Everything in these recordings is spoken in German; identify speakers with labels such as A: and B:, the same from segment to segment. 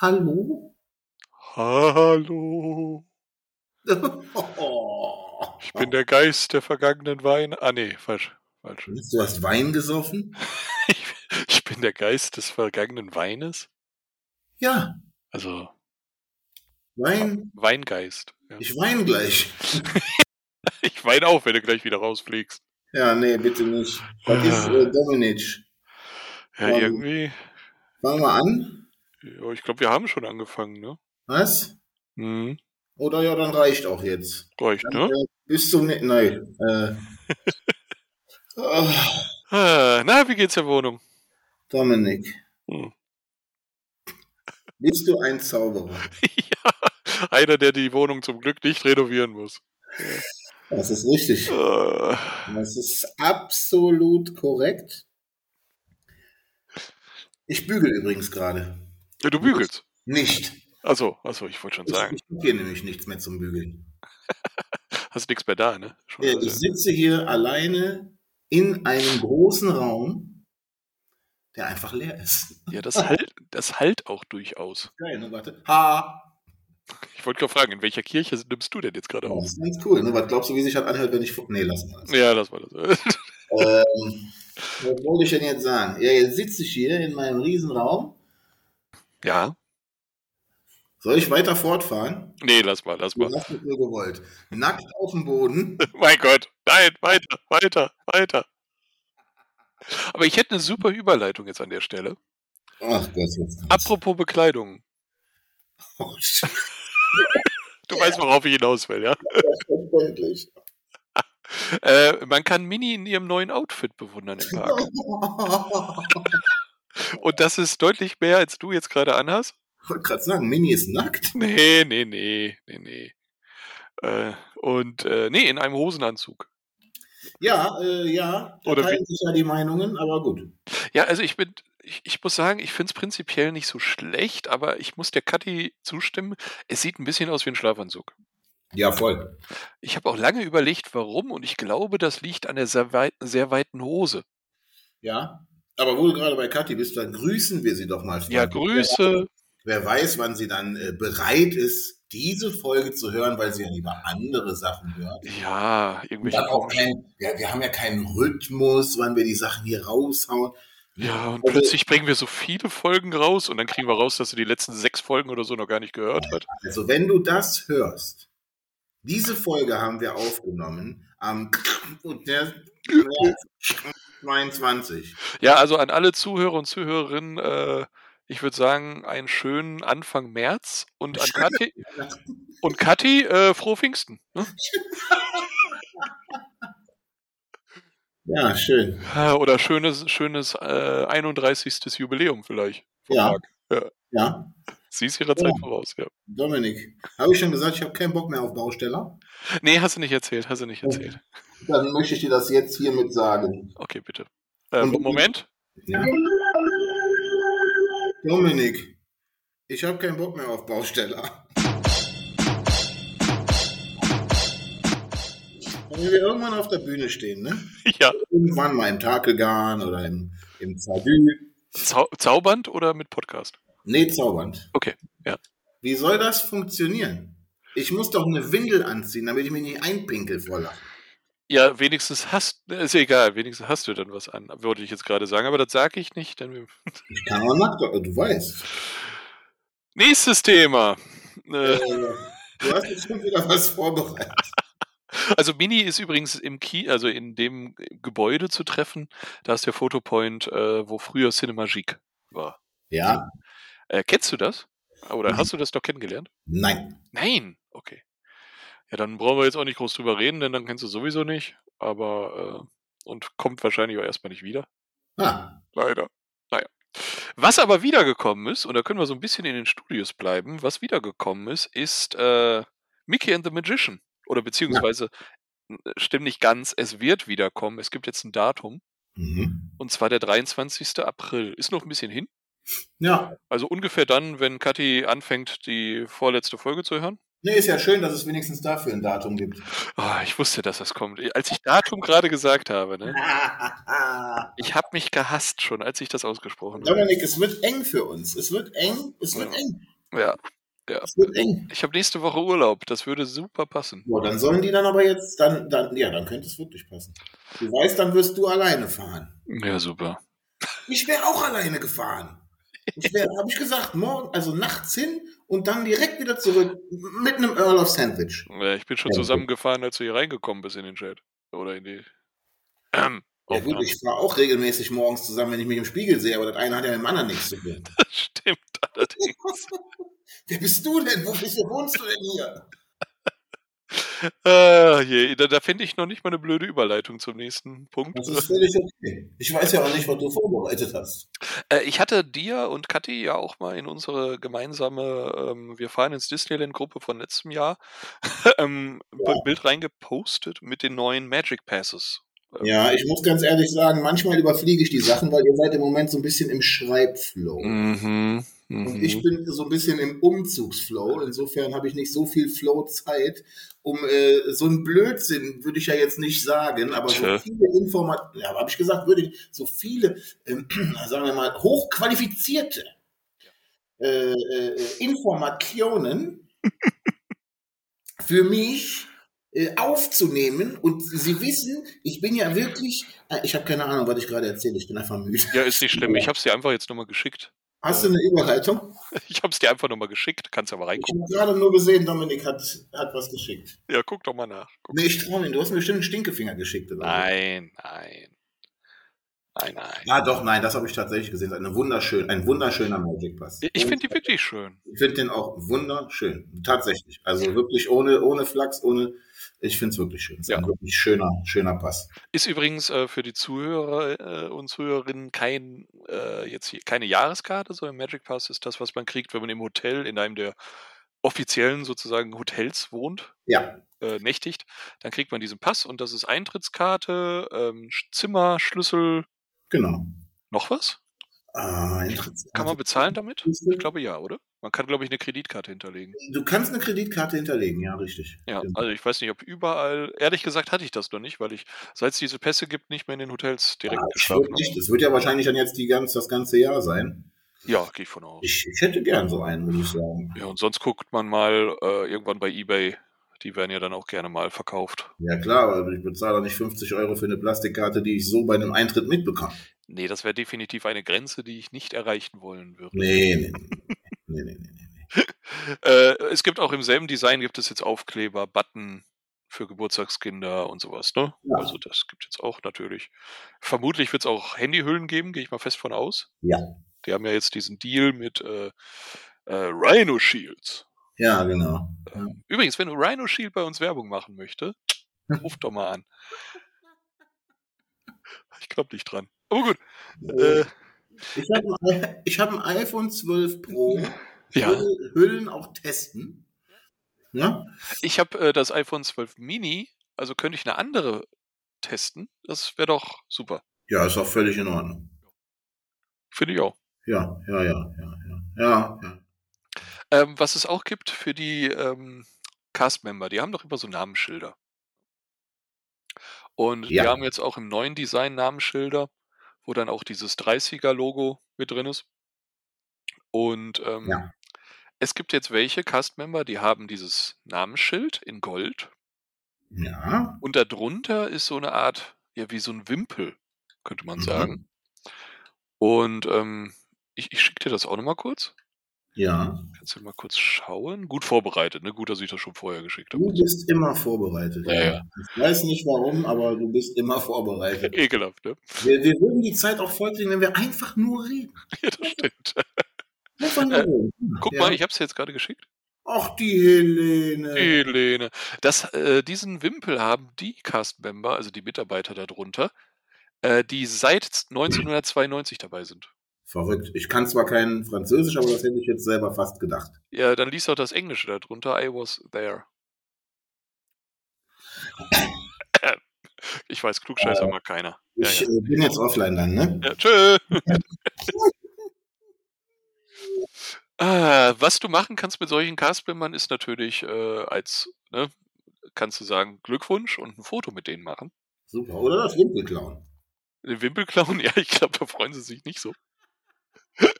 A: Hallo?
B: Hallo.
A: Oh.
B: Ich bin der Geist der vergangenen Wein. Ah, nee, falsch. falsch.
A: Meinst Du hast Wein gesoffen?
B: Ich, ich bin der Geist des vergangenen Weines.
A: Ja,
B: Also
A: Wein.
B: Weingeist. Ja.
A: Ich wein gleich.
B: Ich weine auch, wenn du gleich wieder rausfliegst.
A: Ja, nee, bitte nicht. Das ist äh, Dominic.
B: Ja,
A: Ähm.
B: irgendwie.
A: Fangen wir an.
B: Ja, ich glaube, wir haben schon angefangen, ne?
A: Was?
B: Mhm.
A: Oder ja, dann reicht auch jetzt.
B: Reicht,
A: Dann,
B: ne?
A: äh, bis zum... nä- Nein. Äh, Ah,
B: Ah, na, wie geht's der Wohnung?
A: Dominik,
B: Hm.
A: bist du ein Zauberer?
B: Ja, einer, der die Wohnung zum Glück nicht renovieren muss.
A: Das ist richtig.
B: Ah.
A: Das ist absolut korrekt. Ich bügel übrigens gerade.
B: Ja, du bügelst.
A: Nicht.
B: Also, also ich wollte schon
A: Ich,
B: sagen.
A: ich hab hier nämlich nichts mehr zum Bügeln.
B: Hast nichts mehr da, ne? Schon
A: Äh, Ich
B: also-
A: sitze hier alleine in einem großen Raum, der einfach leer ist.
B: Ja, das halt, das halt auch durchaus.
A: Geil, ne? Warte. Ha!
B: Ich wollte gerade fragen, in welcher Kirche nimmst du denn jetzt gerade
A: Das
B: auf?
A: ist ganz cool, ne? Was glaubst du, wie sich das anhört, wenn ich. fu- Nee, lass mal.
B: Ja, das war das.
A: Ähm, was wollte ich denn jetzt sagen? Ja, jetzt sitze ich hier in meinem Riesenraum.
B: Ja.
A: Soll ich weiter fortfahren?
B: Nee, lass mal, lass
A: Du
B: mal.
A: hast mit mir gewollt. Nackt auf dem Boden.
B: Mein Gott. Nein, weiter, weiter, weiter. Aber ich hätte eine super Überleitung jetzt an der Stelle.
A: Ach Gott, jetzt kommt's.
B: Apropos Bekleidung.
A: Oh, Scheiße,
B: Du weißt, worauf ich hinaus will, ja?
A: endlich.
B: Äh, man kann Mini in ihrem neuen Outfit bewundern im Park.
A: Ich
B: Und das ist deutlich mehr, als du jetzt gerade anhast.
A: wollte gerade sagen, Mini ist nackt.
B: Nee, nee, nee, nee, nee. Äh, und äh, nee, in einem Hosenanzug.
A: Ja, äh, ja, da
B: Oder
A: teilen sich ja die Meinungen, aber gut.
B: Ja, also ich bin, ich, ich muss sagen, ich finde es prinzipiell nicht so schlecht, aber ich muss der Kathi zustimmen, es sieht ein bisschen aus wie ein Schlafanzug.
A: Ja, voll.
B: Ich habe auch lange überlegt, warum, und ich glaube, das liegt an der sehr, wei sehr weiten Hose.
A: Ja, aber wo du gerade bei Kathi bist, dann grüßen wir sie doch mal.
B: Ja, Grüße.
A: Wer weiß, wann sie dann äh, bereit ist, diese Folge zu hören, weil sie ja lieber andere Sachen hört.
B: Ja, irgendwelche
A: Dann auch
B: komischen.
A: kein, ja, wir haben ja keinen Rhythmus, wann wir die Sachen hier raushauen.
B: Ja, und
A: Also-
B: plötzlich bringen wir so viele Folgen raus und dann kriegen wir raus, dass du die letzten sechs Folgen oder so noch gar nicht gehört hast.
A: Also, wenn du das hörst, diese Folge haben wir aufgenommen am 22.
B: Ja, also an alle Zuhörer und Zuhörerinnen, äh, ich würde sagen, einen schönen Anfang März und an Kathi. Und Kathi, äh, frohe Pfingsten. Ne?
A: Ja, schön.
B: Ah, Oder schönes, schönes äh, 31. Jubiläum vielleicht. vom
A: Ja. Genau.
B: Marc.
A: Ja,
B: Sie ist ihrer Zeit voraus, ja.
A: Dominik, habe ich schon gesagt, ich habe keinen Bock mehr auf Bausteller?
B: Nee, hast du nicht erzählt, hast du nicht erzählt.
A: Dann möchte ich dir das jetzt hiermit sagen.
B: Okay, bitte. Ähm,
A: Und-
B: Moment.
A: Ja. Dominik, ich habe keinen Bock mehr auf Bausteller. Wenn wir irgendwann auf der Bühne stehen, ne?
B: Ja.
A: Irgendwann mal im Takegan oder im, im Zadü.
B: Zau zaubernd oder mit Podcast?
A: Nee, zaubernd.
B: Okay, ja.
A: Wie soll das funktionieren? Ich muss doch eine Windel anziehen, damit ich mich nicht einpinkel vor Lachen.
B: Ja, wenigstens hast ist egal, wenigstens hast du dann was an, würde ich jetzt gerade sagen, aber das sage ich nicht, denn wir
A: Ich kann auch nackt, du weißt.
B: Nächstes Thema. Äh,
A: Äh, Du hast jetzt schon wieder was vorbereitet.
B: also Mini ist übrigens im Ki, also in dem Gebäude zu treffen. Da ist der Fotopoint, äh, wo früher Cinemagique war.
A: Ja?
B: Äh, kennst du das? Oder
A: Nein.
B: hast du das doch kennengelernt?
A: Nein.
B: Nein. Okay. Ja, dann brauchen wir jetzt auch nicht groß drüber reden, denn dann kennst du sowieso nicht. Aber äh, und kommt wahrscheinlich auch erstmal nicht wieder.
A: Ah,
B: Leider. Naja. Was aber wiedergekommen ist, und da können wir so ein bisschen in den Studios bleiben, was wiedergekommen ist, ist äh, Mickey and the Magician. Oder beziehungsweise, äh, stimmt nicht ganz, es wird wiederkommen. Es gibt jetzt ein Datum,
A: mhm.
B: und zwar der 23. April. Ist noch ein bisschen hin.
A: Ja,
B: Also ungefähr dann, wenn Kathi anfängt, die vorletzte Folge zu hören.
A: Nee, ist ja schön, dass es wenigstens dafür ein Datum gibt.
B: Ah, ich wusste, dass das kommt. Als ich Datum gerade gesagt habe, ne? Ich habe mich gehasst schon, als ich das ausgesprochen habe.
A: Dominik, es wird eng für uns. Es wird eng, es wird eng,
B: Ja, ja.
A: es wird eng.
B: Ich habe nächste Woche Urlaub. Das würde super passen.
A: So, dann sollen die dann aber jetzt, dann, dann, ja, dann könnte es wirklich passen. Du weißt, dann wirst du alleine fahren.
B: Ja, super.
A: Ich wäre auch alleine gefahren. Ich wäre, habe ich gesagt, morgen, also nachts hin und dann direkt wieder zurück mit einem Earl of Sandwich.
B: Ja, ich bin schon
A: Ja, gut.
B: zusammengefahren, als du hier reingekommen bist in den Chat. Oder in die. Ähm,
A: Ja, gut, ich fahre auch regelmäßig morgens zusammen, wenn ich mich im Spiegel sehe, aber das eine hat ja mit dem anderen nichts zu tun.
B: das stimmt allerdings.
A: Wer bist du denn? Wo bist du, wohnst du denn hier?
B: Ah, je, da da finde ich noch nicht mal eine blöde Überleitung zum nächsten Punkt.
A: Das ist völlig okay. Ich weiß ja auch nicht, was du vorbereitet hast.
B: Äh, ich hatte dir und Kathi ja auch mal in unsere gemeinsame ähm, Wir fahren ins Disneyland-Gruppe von letztem Jahr ähm,
A: Ja.
B: ein Bild reingepostet mit den neuen Magic Passes.
A: Ja, ich muss ganz ehrlich sagen, manchmal überfliege ich die Sachen, weil ihr seid im Moment so ein bisschen im Schreibflow.
B: Mhm.
A: Und ich bin so ein bisschen im Umzugsflow. Insofern habe ich nicht so viel Flow-Zeit. Um äh, so einen Blödsinn würde ich ja jetzt nicht sagen, aber so
B: Tja.
A: viele Informationen, ja, habe ich gesagt, würde ich so viele, ähm, sagen wir mal, hochqualifizierte äh, äh, Informationen für mich äh, aufzunehmen. Und Sie wissen, ich bin ja wirklich, äh, ich habe keine Ahnung, was ich gerade erzähle, ich bin einfach müde.
B: ja, ist nicht schlimm. Ich habe es dir einfach jetzt nochmal geschickt.
A: Hast du eine Überleitung?
B: Ich habe es dir einfach nochmal geschickt. Kannst ja mal
A: Ich
B: reingucken.
A: habe gerade nur gesehen, Dominik hat, hat was geschickt.
B: Ja, guck doch mal nach. Guck.
A: Nee, ich traue ihn. Du hast mir bestimmt einen Stinkefinger geschickt. Oder? so.
B: Nein, nein. Nein, nein.
A: Ja, Ah, doch, nein, das habe ich tatsächlich gesehen. Eine wunderschön, ein wunderschöner Magic Pass.
B: Ich finde die wirklich schön.
A: Ich find den auch wunderschön. Tatsächlich. Also wirklich ohne, ohne Flachs, ohne. Ich finde es wirklich schön. Es ist
B: Ja.
A: ein wirklich schöner, schöner Pass.
B: Ist übrigens äh, für die Zuhörer äh, und Zuhörerinnen kein, äh, jetzt hier, keine Jahreskarte, sondern Magic Pass ist das, was man kriegt, wenn man im Hotel, in einem der offiziellen sozusagen Hotels wohnt,
A: Ja,
B: äh, nächtigt. Dann kriegt man diesen Pass und das ist Eintrittskarte, ähm, Sch- Zimmer, Schlüssel,
A: genau.
B: noch was?
A: Ah, interessant.
B: Kann man bezahlen damit?
A: Schlüssel?
B: Ich glaube ja, oder? Man kann, glaube ich, eine Kreditkarte hinterlegen.
A: Du kannst eine Kreditkarte hinterlegen, ja, richtig.
B: Ja,
A: Stimmt.
B: also ich weiß nicht, ob überall, ehrlich gesagt hatte ich das noch nicht, weil ich, seit es diese Pässe gibt, nicht mehr in den Hotels direkt
A: Ah, ich
B: geschlafen
A: würd
B: habe.
A: nicht. Es wird ja wahrscheinlich dann jetzt die ganz, das ganze Jahr sein.
B: Ja, gehe ich von aus.
A: Ich, ich hätte gern so einen, würde ich sagen.
B: Ja, und sonst guckt man mal äh, irgendwann bei eBay. Die werden ja dann auch gerne mal verkauft.
A: Ja klar, aber ich bezahle doch nicht 50 Euro für eine Plastikkarte, die ich so bei einem Eintritt mitbekomme.
B: Nee, das wäre definitiv eine Grenze, die ich nicht erreichen wollen würde.
A: Nee, nee, nee, nee, nee, nee, nee.
B: Äh, es gibt auch im selben Design gibt es jetzt Aufkleber, Button für Geburtstagskinder und sowas, ne?
A: Ja.
B: Also das gibt jetzt auch natürlich. Vermutlich wird es auch Handyhüllen geben, gehe ich mal fest von aus.
A: Ja.
B: Die haben ja jetzt diesen Deal mit äh, äh, Rhino Shields.
A: Ja, genau. Ja.
B: Übrigens, wenn Rhino Shield bei uns Werbung machen möchte, ruft doch mal an. Ich glaube nicht dran. Aber gut. Äh,
A: Ich habe ein, ich hab ein iPhone 12 Pro.
B: ja,
A: Hüll- Hüllen auch testen. Ja?
B: ich habe äh, das iPhone 12 Mini, also könnte ich eine andere testen. Das wäre doch super.
A: ja, ist auch völlig in Ordnung.
B: Finde ich auch.
A: Ja, ja, ja, ja, ja. ja, ja.
B: Ähm, was es auch gibt für die ähm, Cast-Member, die haben doch immer so Namensschilder. Und
A: Ja.
B: die haben jetzt auch im neuen Design Namensschilder, wo dann auch dieses 30er-Logo mit drin ist. Und ähm,
A: Ja.
B: es gibt jetzt welche Cast-Member, die haben dieses Namensschild in Gold
A: ja.
B: und darunter ist so eine Art, ja, wie so ein Wimpel, könnte man
A: Mhm.
B: sagen. Und ähm, ich, ich schicke dir das auch nochmal kurz.
A: Ja,
B: Kannst du mal kurz schauen? Gut vorbereitet, ne? Gut, dass ich das schon vorher geschickt habe.
A: du bist immer vorbereitet.
B: Ja, ja.
A: Ich weiß nicht warum, aber du bist immer vorbereitet.
B: Ekelhaft, ne?
A: Wir, wir würden die Zeit auch vollkriegen, wenn wir einfach nur reden.
B: Ja, das stimmt.
A: Einfach nur
B: Äh,
A: reden.
B: Guck
A: Ja.
B: mal, ich habe es jetzt gerade geschickt.
A: Ach, die Helene.
B: Hm. Helene. Das, äh, diesen Wimpel haben die Cast-Member, also die Mitarbeiter darunter, äh, die seit 1992 dabei sind.
A: Verrückt. Ich kann zwar kein Französisch, aber das hätte ich jetzt selber fast gedacht.
B: Ja, dann liest auch das Englische darunter. I was there. Ich weiß, Klugscheißer mag keiner. Ja,
A: Ich
B: ja.
A: äh, bin jetzt offline dann, ne?
B: Ja, tschö. Äh, was du machen kannst mit solchen Castbildern ist natürlich äh, als, ne, kannst du sagen, Glückwunsch und ein Foto mit denen machen.
A: Super. Oder das Wimpelklauen.
B: Den Wimpel klauen, ja, ich glaube, da freuen sie sich nicht so.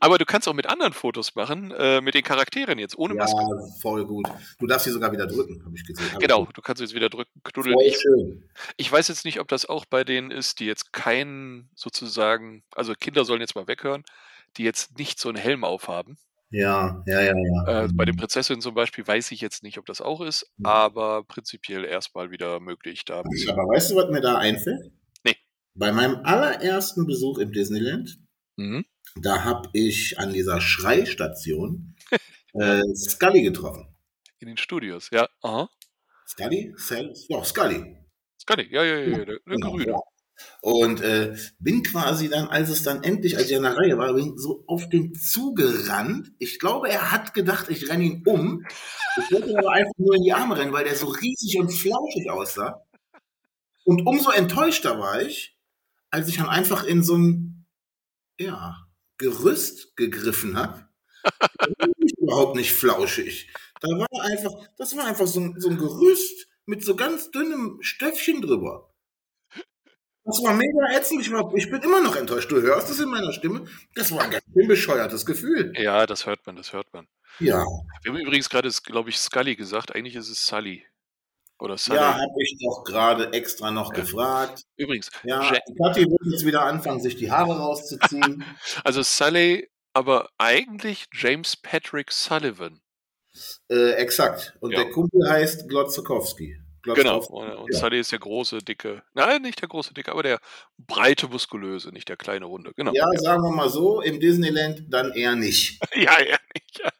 B: Aber du kannst auch mit anderen Fotos machen, äh, mit den Charakteren jetzt, ohne
A: Ja,
B: Maske.
A: voll gut. Du darfst sie sogar wieder drücken, habe ich gesehen. Hab
B: Genau, du kannst jetzt wieder drücken,
A: ich-
B: knuddeln.
A: Voll schön.
B: Ich weiß jetzt nicht, ob das auch bei denen ist, die jetzt keinen sozusagen, also Kinder sollen jetzt mal weghören, die jetzt nicht so einen Helm aufhaben.
A: Ja, ja, ja, ja.
B: Äh, bei den Prinzessinnen zum Beispiel weiß ich jetzt nicht, ob das auch ist,
A: Ähm. Mhm.
B: aber prinzipiell erstmal wieder möglich. Da
A: Aber weißt du, was mir da einfällt?
B: Nee.
A: Bei meinem allerersten Besuch im Disneyland,
B: mhm.
A: da habe ich an dieser Schreistation äh, Scully getroffen.
B: in den Studios, ja. Aha.
A: Scully? Sal? Ja, Scully.
B: Das kann ich. Ja, ja, ja, ja. Der, der
A: Genau,
B: Grüne.
A: ja. Und äh, bin quasi dann, als es dann endlich, als ich an der Reihe war, bin so auf den zugerannt. Ich glaube, er hat gedacht, ich renne ihn um. Ich wollte ihn aber einfach nur in die Arme rennen, weil der so riesig und flauschig aussah. Und umso enttäuschter war ich, als ich dann einfach in so ein ja, Gerüst gegriffen habe. überhaupt nicht flauschig. Da war einfach, das war einfach so ein, so ein Gerüst mit so ganz dünnem Stöffchen drüber. Das war mega ätzend. Ich, war, ich bin immer noch enttäuscht. Du hörst es in meiner Stimme. Das war ein ganz schön bescheuertes Gefühl.
B: Ja, das hört man, das hört man.
A: Ja,
B: Wir haben übrigens gerade, glaube ich, Scully gesagt. Eigentlich ist es Sully. Oder Sully.
A: ja habe ich doch gerade extra noch gefragt.
B: Übrigens,
A: Ja,
B: Ja.
A: Kathi wird jetzt wieder anfangen, sich die Haare rauszuziehen.
B: also Sully, aber eigentlich James Patrick Sullivan.
A: äh, exakt. Und
B: Ja.
A: der Kumpel heißt Glotzkowski.
B: Genau.
A: Glotzkowski.
B: Und, und
A: Ja.
B: Sully ist der große, dicke. Nein, nicht der große, dicke, aber der breite, muskulöse, nicht der kleine, runde. Genau.
A: Ja, sagen wir mal so, im Disneyland dann eher nicht.
B: Ja, ja, nicht.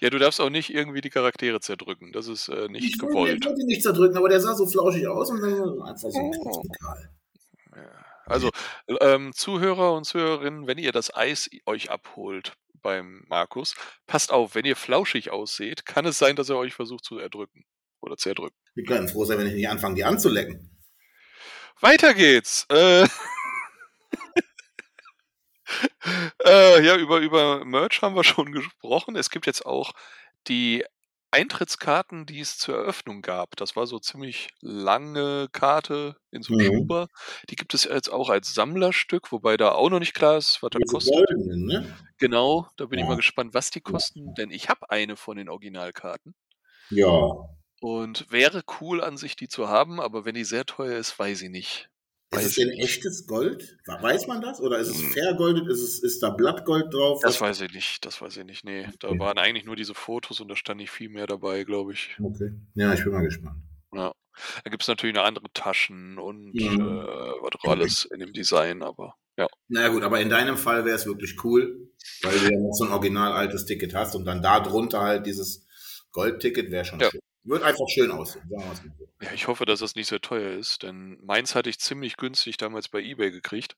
B: Ja, du darfst auch nicht irgendwie die Charaktere zerdrücken. Das ist äh, nicht
A: Ich wollte, ich
B: gewollt.
A: wollte ihn nicht zerdrücken, aber der sah so flauschig aus und dann war er einfach so ah, ein
B: Oh.
A: Katzpokal.
B: Ja. Also, ähm, Zuhörer und Zuhörerinnen, wenn ihr das Eis euch abholt beim Markus, passt auf, wenn ihr flauschig ausseht, kann es sein, dass er euch versucht zu erdrücken oder zerdrücken.
A: Wir können froh sein, wenn ich nicht anfange, die anzulecken.
B: Weiter geht's. Äh, äh, ja, über, über Merch haben wir schon gesprochen. Es gibt jetzt auch die Eintrittskarten, die es zur Eröffnung gab. Das war so ziemlich lange Karte in so einem
A: Mhm.
B: Schuber. Die gibt es jetzt auch als Sammlerstück, wobei da auch noch nicht klar ist, was das
A: Diese
B: kostet.
A: goldenen, ne?
B: Genau, da bin ich
A: Ja.
B: mal gespannt, was die kosten, denn ich habe eine von den Originalkarten
A: Ja.
B: und wäre cool an sich, die zu haben, aber wenn die sehr teuer ist, weiß ich nicht.
A: Ist
B: Weiß
A: es denn echtes Gold? Weiß man das? Oder ist es vergoldet? Ist, es, ist da Blattgold drauf?
B: Das weiß ich nicht, das weiß ich nicht. Nee, da
A: Äh, Okay.
B: waren eigentlich nur diese Fotos und da stand nicht viel mehr dabei, glaube ich.
A: okay. Ja, ich bin mal gespannt.
B: Ja. Da gibt es natürlich noch andere Taschen und
A: Ja.
B: äh, was auch alles in dem Design, aber ja.
A: Na gut, aber in deinem Fall wäre es wirklich cool, weil du ja noch so ein original altes Ticket hast und dann da drunter halt dieses Goldticket wäre schon
B: Ja.
A: schön. Wird einfach schön aussehen. Sagen wir's mal so.
B: ja, ich hoffe, dass das nicht sehr teuer ist, denn meins hatte ich ziemlich günstig damals bei eBay gekriegt.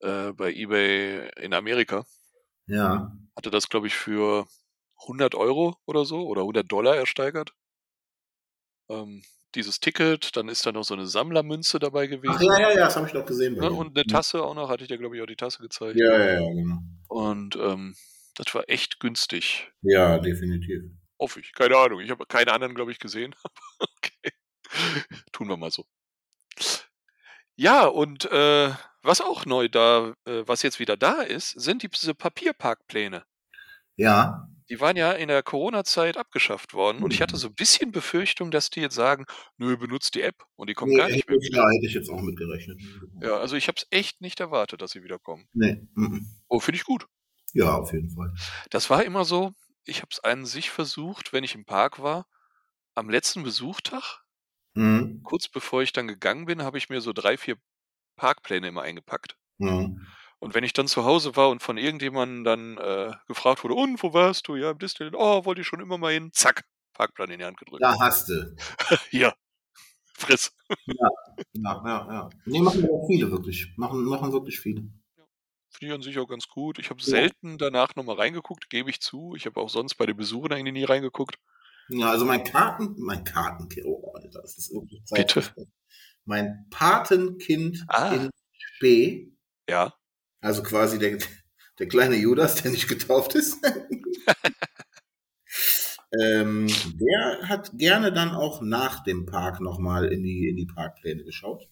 B: Äh, bei eBay in Amerika.
A: Ja.
B: hatte das, glaube ich, für 100 Euro oder so oder 100 Dollar ersteigert. Ähm, dieses Ticket, dann ist da noch so eine Sammlermünze dabei
A: Ach
B: gewesen.
A: ja, ja, ja, das habe ich doch gesehen. Bei
B: Ne?
A: dir. Hm.
B: Und eine Tasse auch noch, hatte ich dir, glaube ich, auch die Tasse gezeigt.
A: Ja, ja, ja, genau.
B: Und ähm, das war echt günstig.
A: Ja, definitiv.
B: Hoffe ich. Keine Ahnung. Ich habe keine anderen, glaube ich, gesehen. Aber okay. Tun wir mal so. Ja, und äh, was auch neu da, äh, was jetzt wieder da ist, sind die- diese Papierparkpläne.
A: Ja.
B: die waren ja in der Corona-Zeit abgeschafft worden und ich
A: Mhm.
B: hatte so ein bisschen Befürchtung, dass die jetzt sagen, nö, benutzt die App und die kommen
A: Nee,
B: gar nicht mehr
A: hätte, ich-
B: wieder.
A: ja, hätte ich jetzt auch mitgerechnet.
B: Ja, also ich habe es echt nicht erwartet, dass sie wiederkommen.
A: Nee. mhm.
B: Oh, finde ich gut.
A: Ja, auf jeden Fall.
B: Das war immer so, ich habe es an sich versucht, wenn ich im Park war, am letzten Besuchtag,
A: Mhm.
B: kurz bevor ich dann gegangen bin, habe ich mir so drei, vier Parkpläne immer eingepackt.
A: Mhm.
B: Und wenn ich dann zu Hause war und von irgendjemandem dann äh, gefragt wurde, und wo warst du? Ja, im Disneyland. Oh, wollte ich schon immer mal hin. Zack, Parkplan in die Hand gedrückt.
A: Da hast du.
B: Hier, friss.
A: Ja, ja, ja. Nee, machen aber viele wirklich. Machen, machen wirklich viele.
B: Finde ich an sich auch ganz gut. Ich habe selten danach nochmal reingeguckt, gebe ich zu. Ich habe auch sonst bei den Besuchen eigentlich nie reingeguckt.
A: Ja, also mein Karten, mein Kartenkind, oh Alter, das ist wirklich Zeit.
B: Bitte?
A: Mein Patenkind
B: Ah.
A: in Spee,
B: Ja.
A: also quasi der, Der kleine Judas, der nicht getauft ist. ähm, der hat gerne dann auch nach dem Park nochmal in die, in die Parkpläne geschaut.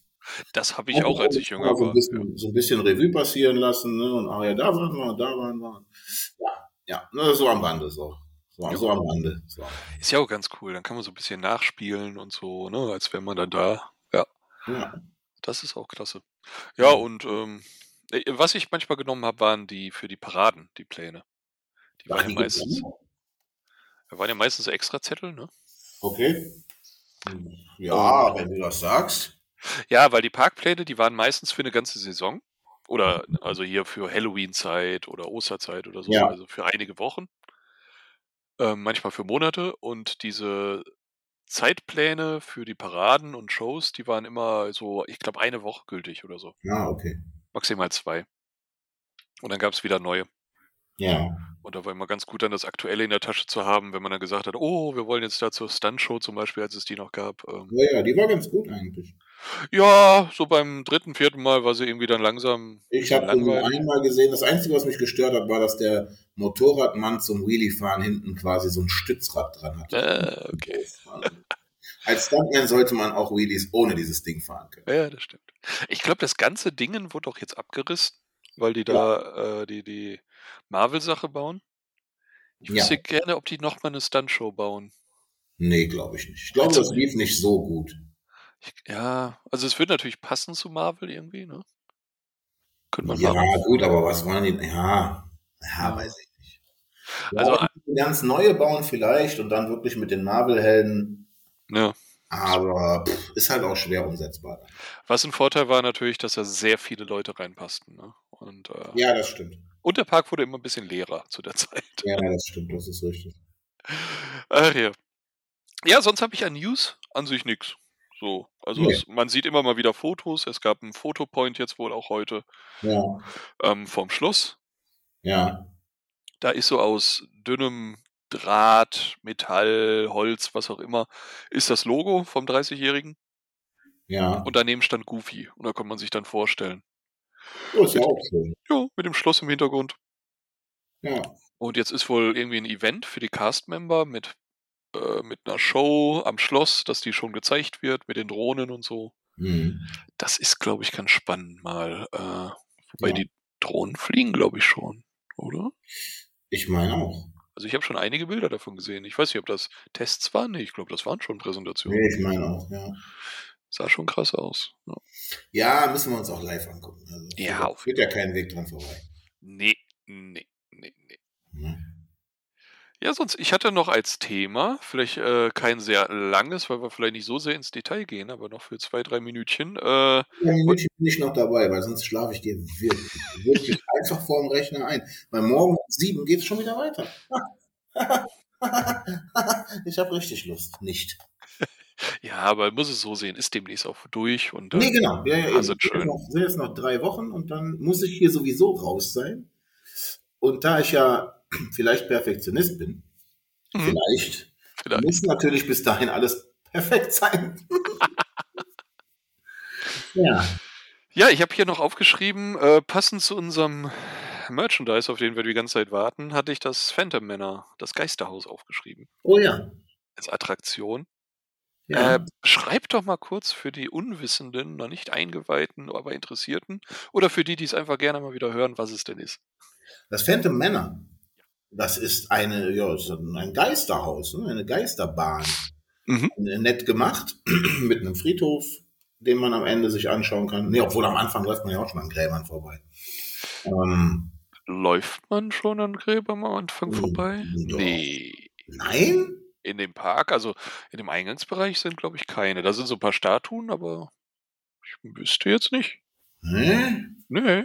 B: Das habe ich auch, als ich jünger
A: so
B: war.
A: ein bisschen, so ein bisschen Revue passieren lassen. Ne? Und ah ja, da waren wir, da waren wir. Ja, ja ne, so am Rande, so. So, so am Rande. So.
B: Ist ja auch ganz cool. Dann kann man so ein bisschen nachspielen und so, ne? als wäre man dann da. Ja,
A: Ja.
B: das ist auch klasse. Ja, und ähm, äh, was ich manchmal genommen habe, waren die für die Paraden, die Pläne. Die waren ja meistens, da waren ja meistens extra Zettel, ne?
A: Okay. Hm, Ja, wenn du das sagst.
B: Ja, weil die Parkpläne, die waren meistens für eine ganze Saison. Oder also hier für Halloween-Zeit oder Osterzeit oder so,
A: Ja.
B: also für einige Wochen. Ähm, manchmal für Monate. Und diese Zeitpläne für die Paraden und Shows, die waren immer so, ich glaube, eine Woche gültig oder so.
A: Ja, okay.
B: Maximal zwei. Und dann gab es wieder neue.
A: Ja.
B: Und da war immer ganz gut, dann das Aktuelle in der Tasche zu haben, wenn man dann gesagt hat, oh, wir wollen jetzt da zur Stuntshow zum Beispiel, als es die noch gab. Ähm,
A: Ja, ja, die war ganz gut eigentlich.
B: ja, so beim dritten, vierten Mal war sie irgendwie dann langsam
A: Ich habe sie nur
B: langweilig.
A: einmal gesehen. Das Einzige, was mich gestört hat, war, dass der Motorradmann zum Wheelie-Fahren hinten quasi so ein Stützrad dran hatte.
B: Äh, okay.
A: Als Stuntman sollte man auch Wheelies ohne dieses Ding fahren können.
B: Ja, das stimmt. Ich glaube, das ganze Dingen wurde doch jetzt abgerissen, weil die da äh, die, die Marvel-Sache bauen. Ich
A: Ja.
B: wüsste gerne, ob die nochmal eine Stuntshow bauen.
A: Nee, glaube ich nicht. Ich glaube,
B: Also-
A: das lief nicht so gut.
B: Ich, ja, also es wird natürlich passen zu Marvel irgendwie, ne? Könnte man
A: Ja,
B: machen.
A: gut, aber was wollen die? Ja, ja weiß ich nicht.
B: Also,
A: Also, ja, ganz neue bauen vielleicht und dann wirklich mit den Marvel-Helden.
B: Ja.
A: Aber pff, ist halt auch schwer umsetzbar.
B: Was ein Vorteil war natürlich, dass da sehr viele Leute reinpassten, ne? Und, äh,
A: Ja, das stimmt.
B: und der Park wurde immer ein bisschen leerer zu der Zeit.
A: Ja, das stimmt, das ist richtig.
B: Ach ja. Ja, sonst habe ich an News an sich nichts. So, also
A: Nee.
B: es, man sieht immer mal wieder Fotos. Es gab einen Fotopoint jetzt wohl auch heute
A: Ja,
B: ähm, vom Schloss.
A: ja,
B: Da ist so aus dünnem Draht, Metall, Holz, was auch immer, ist das Logo vom 30-Jährigen.
A: ja.
B: Und daneben stand Goofy. Und da konnte man sich dann vorstellen.
A: Oh, ist ja auch schön.
B: Ja, mit dem Schloss im Hintergrund.
A: Ja,
B: Und jetzt ist wohl irgendwie ein Event für die Cast-Member mit, äh, mit einer Show am Schloss, dass die schon gezeigt wird, mit den Drohnen und so. Mhm.
A: hm.
B: Das ist, glaube ich, ganz spannend mal. Äh, wobei
A: Ja.
B: die Drohnen fliegen, glaube ich, schon, oder?
A: ich meine auch.
B: Also ich habe schon einige Bilder davon gesehen. Ich weiß nicht, ob das Tests waren. Nee, ich glaube, das waren schon Präsentationen.
A: Nee, ich meine auch, ja.
B: Sah schon krass aus. Ja.
A: Ja, müssen wir uns auch live angucken. Also,
B: Ja, auf
A: Führt ja keinen Weg dran vorbei.
B: Nee, nee, nee, nee.
A: Ja.
B: Ja, sonst, ich hatte noch als Thema, vielleicht äh, kein sehr langes, weil wir vielleicht nicht so sehr ins Detail gehen, aber noch für zwei, drei Minütchen. Äh,
A: Ja, in München bin ich noch dabei, weil sonst schlafe ich dir wirklich, wirklich einfach vorm Rechner ein. Weil morgen um sieben geht es schon wieder weiter. ich habe richtig Lust. Nicht.
B: ja, aber muss es so sehen, ist demnächst auch durch und äh,
A: Nee, genau. Ja, ja, eben.
B: Also
A: sind,
B: schön.
A: jetzt noch, sind jetzt noch drei Wochen und dann muss ich hier sowieso raus sein. Und da ich ja vielleicht Perfektionist bin,
B: Mhm.
A: vielleicht,
B: vielleicht.
A: muss natürlich bis dahin alles perfekt sein. ja.
B: Ja, ich habe hier noch aufgeschrieben, äh, passend zu unserem Merchandise, auf den wir die ganze Zeit warten, hatte ich das Phantom Manor, das Geisterhaus aufgeschrieben
A: Oh ja.
B: als Attraktion.
A: ja.
B: Äh, schreibt doch mal kurz für die Unwissenden, noch nicht Eingeweihten, aber Interessierten oder für die, die es einfach gerne mal wieder hören, was es denn ist.
A: Das Phantom Manor, das ist eine, ja, das ist ein Geisterhaus, ne? eine Geisterbahn. Äh,
B: Mhm.
A: Nett gemacht, mit einem Friedhof, den man am Ende sich anschauen kann. Nee, obwohl am Anfang läuft man ja auch schon an Gräbern vorbei. Ähm,
B: Läuft man schon an Gräbern am Anfang
A: Mhm.
B: vorbei?
A: Ja.
B: Nee.
A: nein?
B: In dem Park, also in dem Eingangsbereich sind, glaube ich, keine. Da sind so ein paar Statuen, aber ich wüsste jetzt nicht.
A: Hä?
B: Nee.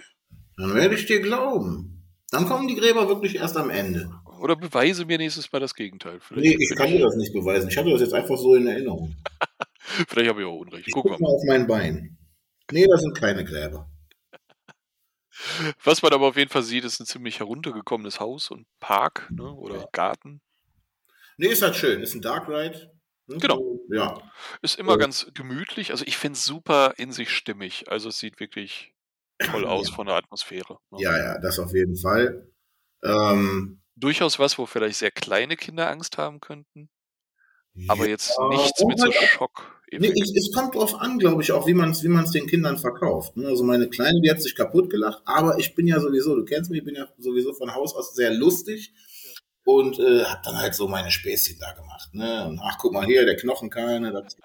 A: Dann werde ich dir glauben. Dann kommen die Gräber wirklich erst am Ende.
B: Oder beweise mir nächstes Mal das Gegenteil.
A: Nee,
B: Vielleicht,
A: ich kann dir das nicht beweisen. Ich hatte das jetzt einfach so in Erinnerung.
B: vielleicht habe ich auch Unrecht.
A: Ich
B: Gucken
A: gucke
B: wir
A: mal
B: mal.
A: auf mein Bein. Nee, das sind keine Gräber.
B: Was man aber auf jeden Fall sieht, ist ein ziemlich heruntergekommenes Haus und Park ne, oder Garten.
A: Nee, ist halt schön. Ist ein Dark Ride. Hm?
B: Genau.
A: Ja.
B: Ist immer
A: Ja.
B: ganz gemütlich. Also ich finde es super in sich stimmig. Also es sieht wirklich toll aus von der Atmosphäre. ne?
A: Ja, ja, das auf jeden Fall. Ähm,
B: Durchaus was, wo vielleicht sehr kleine Kinder Angst haben könnten, aber jetzt
A: ja,
B: nichts mit so
A: wobei-
B: Schock.
A: Nee, es, es kommt drauf an, glaube ich, auch, wie man es wie man's den Kindern verkauft. ne? Also meine Kleine, die hat sich kaputt gelacht, aber ich bin ja sowieso, du kennst mich, ich bin ja sowieso von Haus aus sehr lustig und äh, habe dann halt so meine Späßchen da gemacht. Ne? Und ach, guck mal hier, der Knochenkerne, das,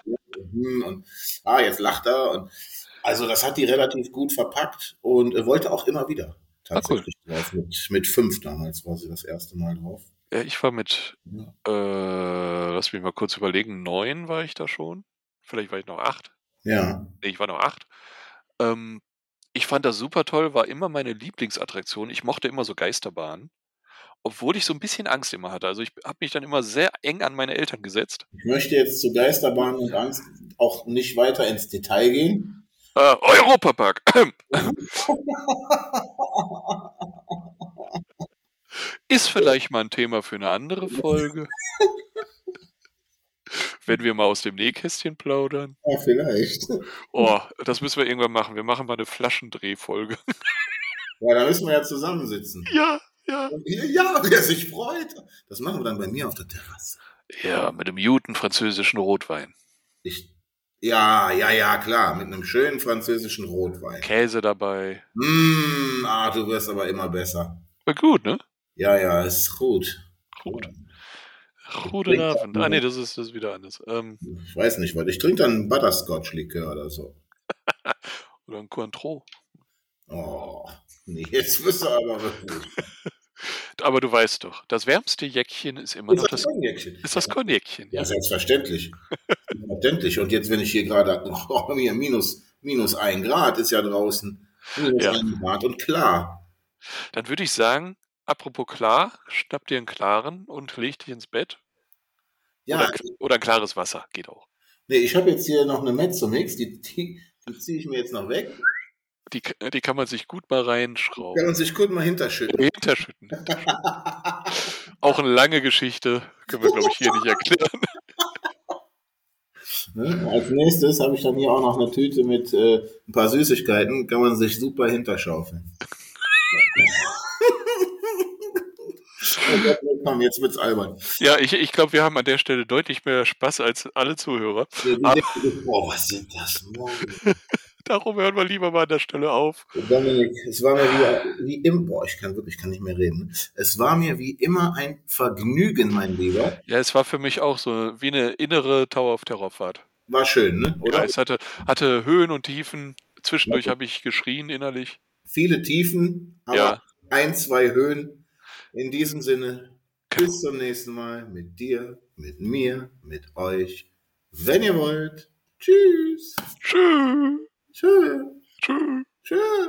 A: hm, und ah, jetzt lacht er. Und, also das hat die relativ gut verpackt und äh, wollte auch immer wieder tatsächlich drauf. Mit, mit fünf damals war sie das erste Mal drauf. ne?
B: Ja, äh, ich war mit,
A: Ja.
B: äh, lass mich mal kurz überlegen, neun war ich da schon. Vielleicht war ich noch acht.
A: Ja,
B: Nee, ich war noch acht. Ähm, ich fand das super toll, war immer meine Lieblingsattraktion. Ich mochte immer so Geisterbahnen, obwohl ich so ein bisschen Angst immer hatte. Also ich habe mich dann immer sehr eng an meine Eltern gesetzt.
A: ich möchte jetzt zu Geisterbahn und Angst auch nicht weiter ins Detail gehen.
B: Äh, Europapark. Ist vielleicht mal ein Thema für eine andere Folge. Wenn wir mal aus dem Nähkästchen plaudern.
A: Ja, vielleicht.
B: Oh, das müssen wir irgendwann machen. Wir machen mal eine Flaschendrehfolge.
A: Ja, da müssen wir ja zusammensitzen.
B: Ja, ja.
A: Ja, wer sich freut. Das machen wir dann bei mir auf der Terrasse.
B: Ja, mit einem guten französischen Rotwein.
A: Ich, ja, ja, ja, klar. Mit einem schönen französischen Rotwein.
B: Käse dabei.
A: Mm, ah, du wirst aber immer besser.
B: War gut, ne?
A: Ja, ja, ist gut.
B: Gut. Guten Abend. Ah, nee, das ist, das ist wieder anders. Ähm,
A: Ich weiß nicht, weil ich trinke dann Butterscotch-Likör oder so.
B: oder ein Cointreau.
A: Oh, nee, jetzt wirst du aber wirklich.
B: Aber du weißt doch, das wärmste Jäckchen ist immer noch
A: Ist das
B: das,
A: Konjektion?
B: ist das Kornjäckchen.
A: Ja, selbstverständlich. selbstverständlich. Und jetzt, wenn ich hier gerade, oh, hier minus, minus ein Grad ist ja draußen. Minus
B: Ja.
A: ein Grad und klar.
B: Dann würde ich sagen, apropos klar, schnapp dir einen klaren und leg dich ins Bett.
A: Ja,
B: Oder, oder ein klares Wasser, geht auch.
A: nee, ich habe jetzt hier noch eine Mezzomix, die, die, die ziehe ich mir jetzt noch weg.
B: Die, k- die kann man sich gut mal
A: Kann
B: reinschrauben.
A: man sich gut mal hinterschütteln.
B: Hinterschütten. Auch eine lange Geschichte, können wir, glaube ich, hier nicht erklären.
A: Ne? Als nächstes habe ich dann hier auch noch eine Tüte mit äh, ein paar Süßigkeiten, kann man sich super hinterschaufeln. Komm, jetzt wird's albern.
B: Ja, ich, ich glaube, wir haben an der Stelle deutlich mehr Spaß als alle Zuhörer.
A: Die
B: Aber-
A: denken, Oh, was sind das? Morgen?
B: Darum hören wir lieber mal an der Stelle auf.
A: Dominik, es war mir wie, wie im, boah, ich kann wirklich, ich kann nicht mehr reden. Es war mir wie immer ein Vergnügen, mein Lieber.
B: Ja, es war für mich auch so wie eine innere Tower of Terrorfahrt.
A: War schön, ne?
B: Ja,
A: Oder?
B: es hatte, hatte Höhen und Tiefen. Zwischendurch habe ich geschrien innerlich.
A: Viele Tiefen, aber
B: Ja.
A: ein, zwei Höhen. In diesem Sinne, bis zum nächsten Mal mit dir, mit mir, mit euch. Wenn ihr wollt. Tschüss.
B: Tschüss.
A: Tschüss.
B: Tschüss.
A: Tschüss.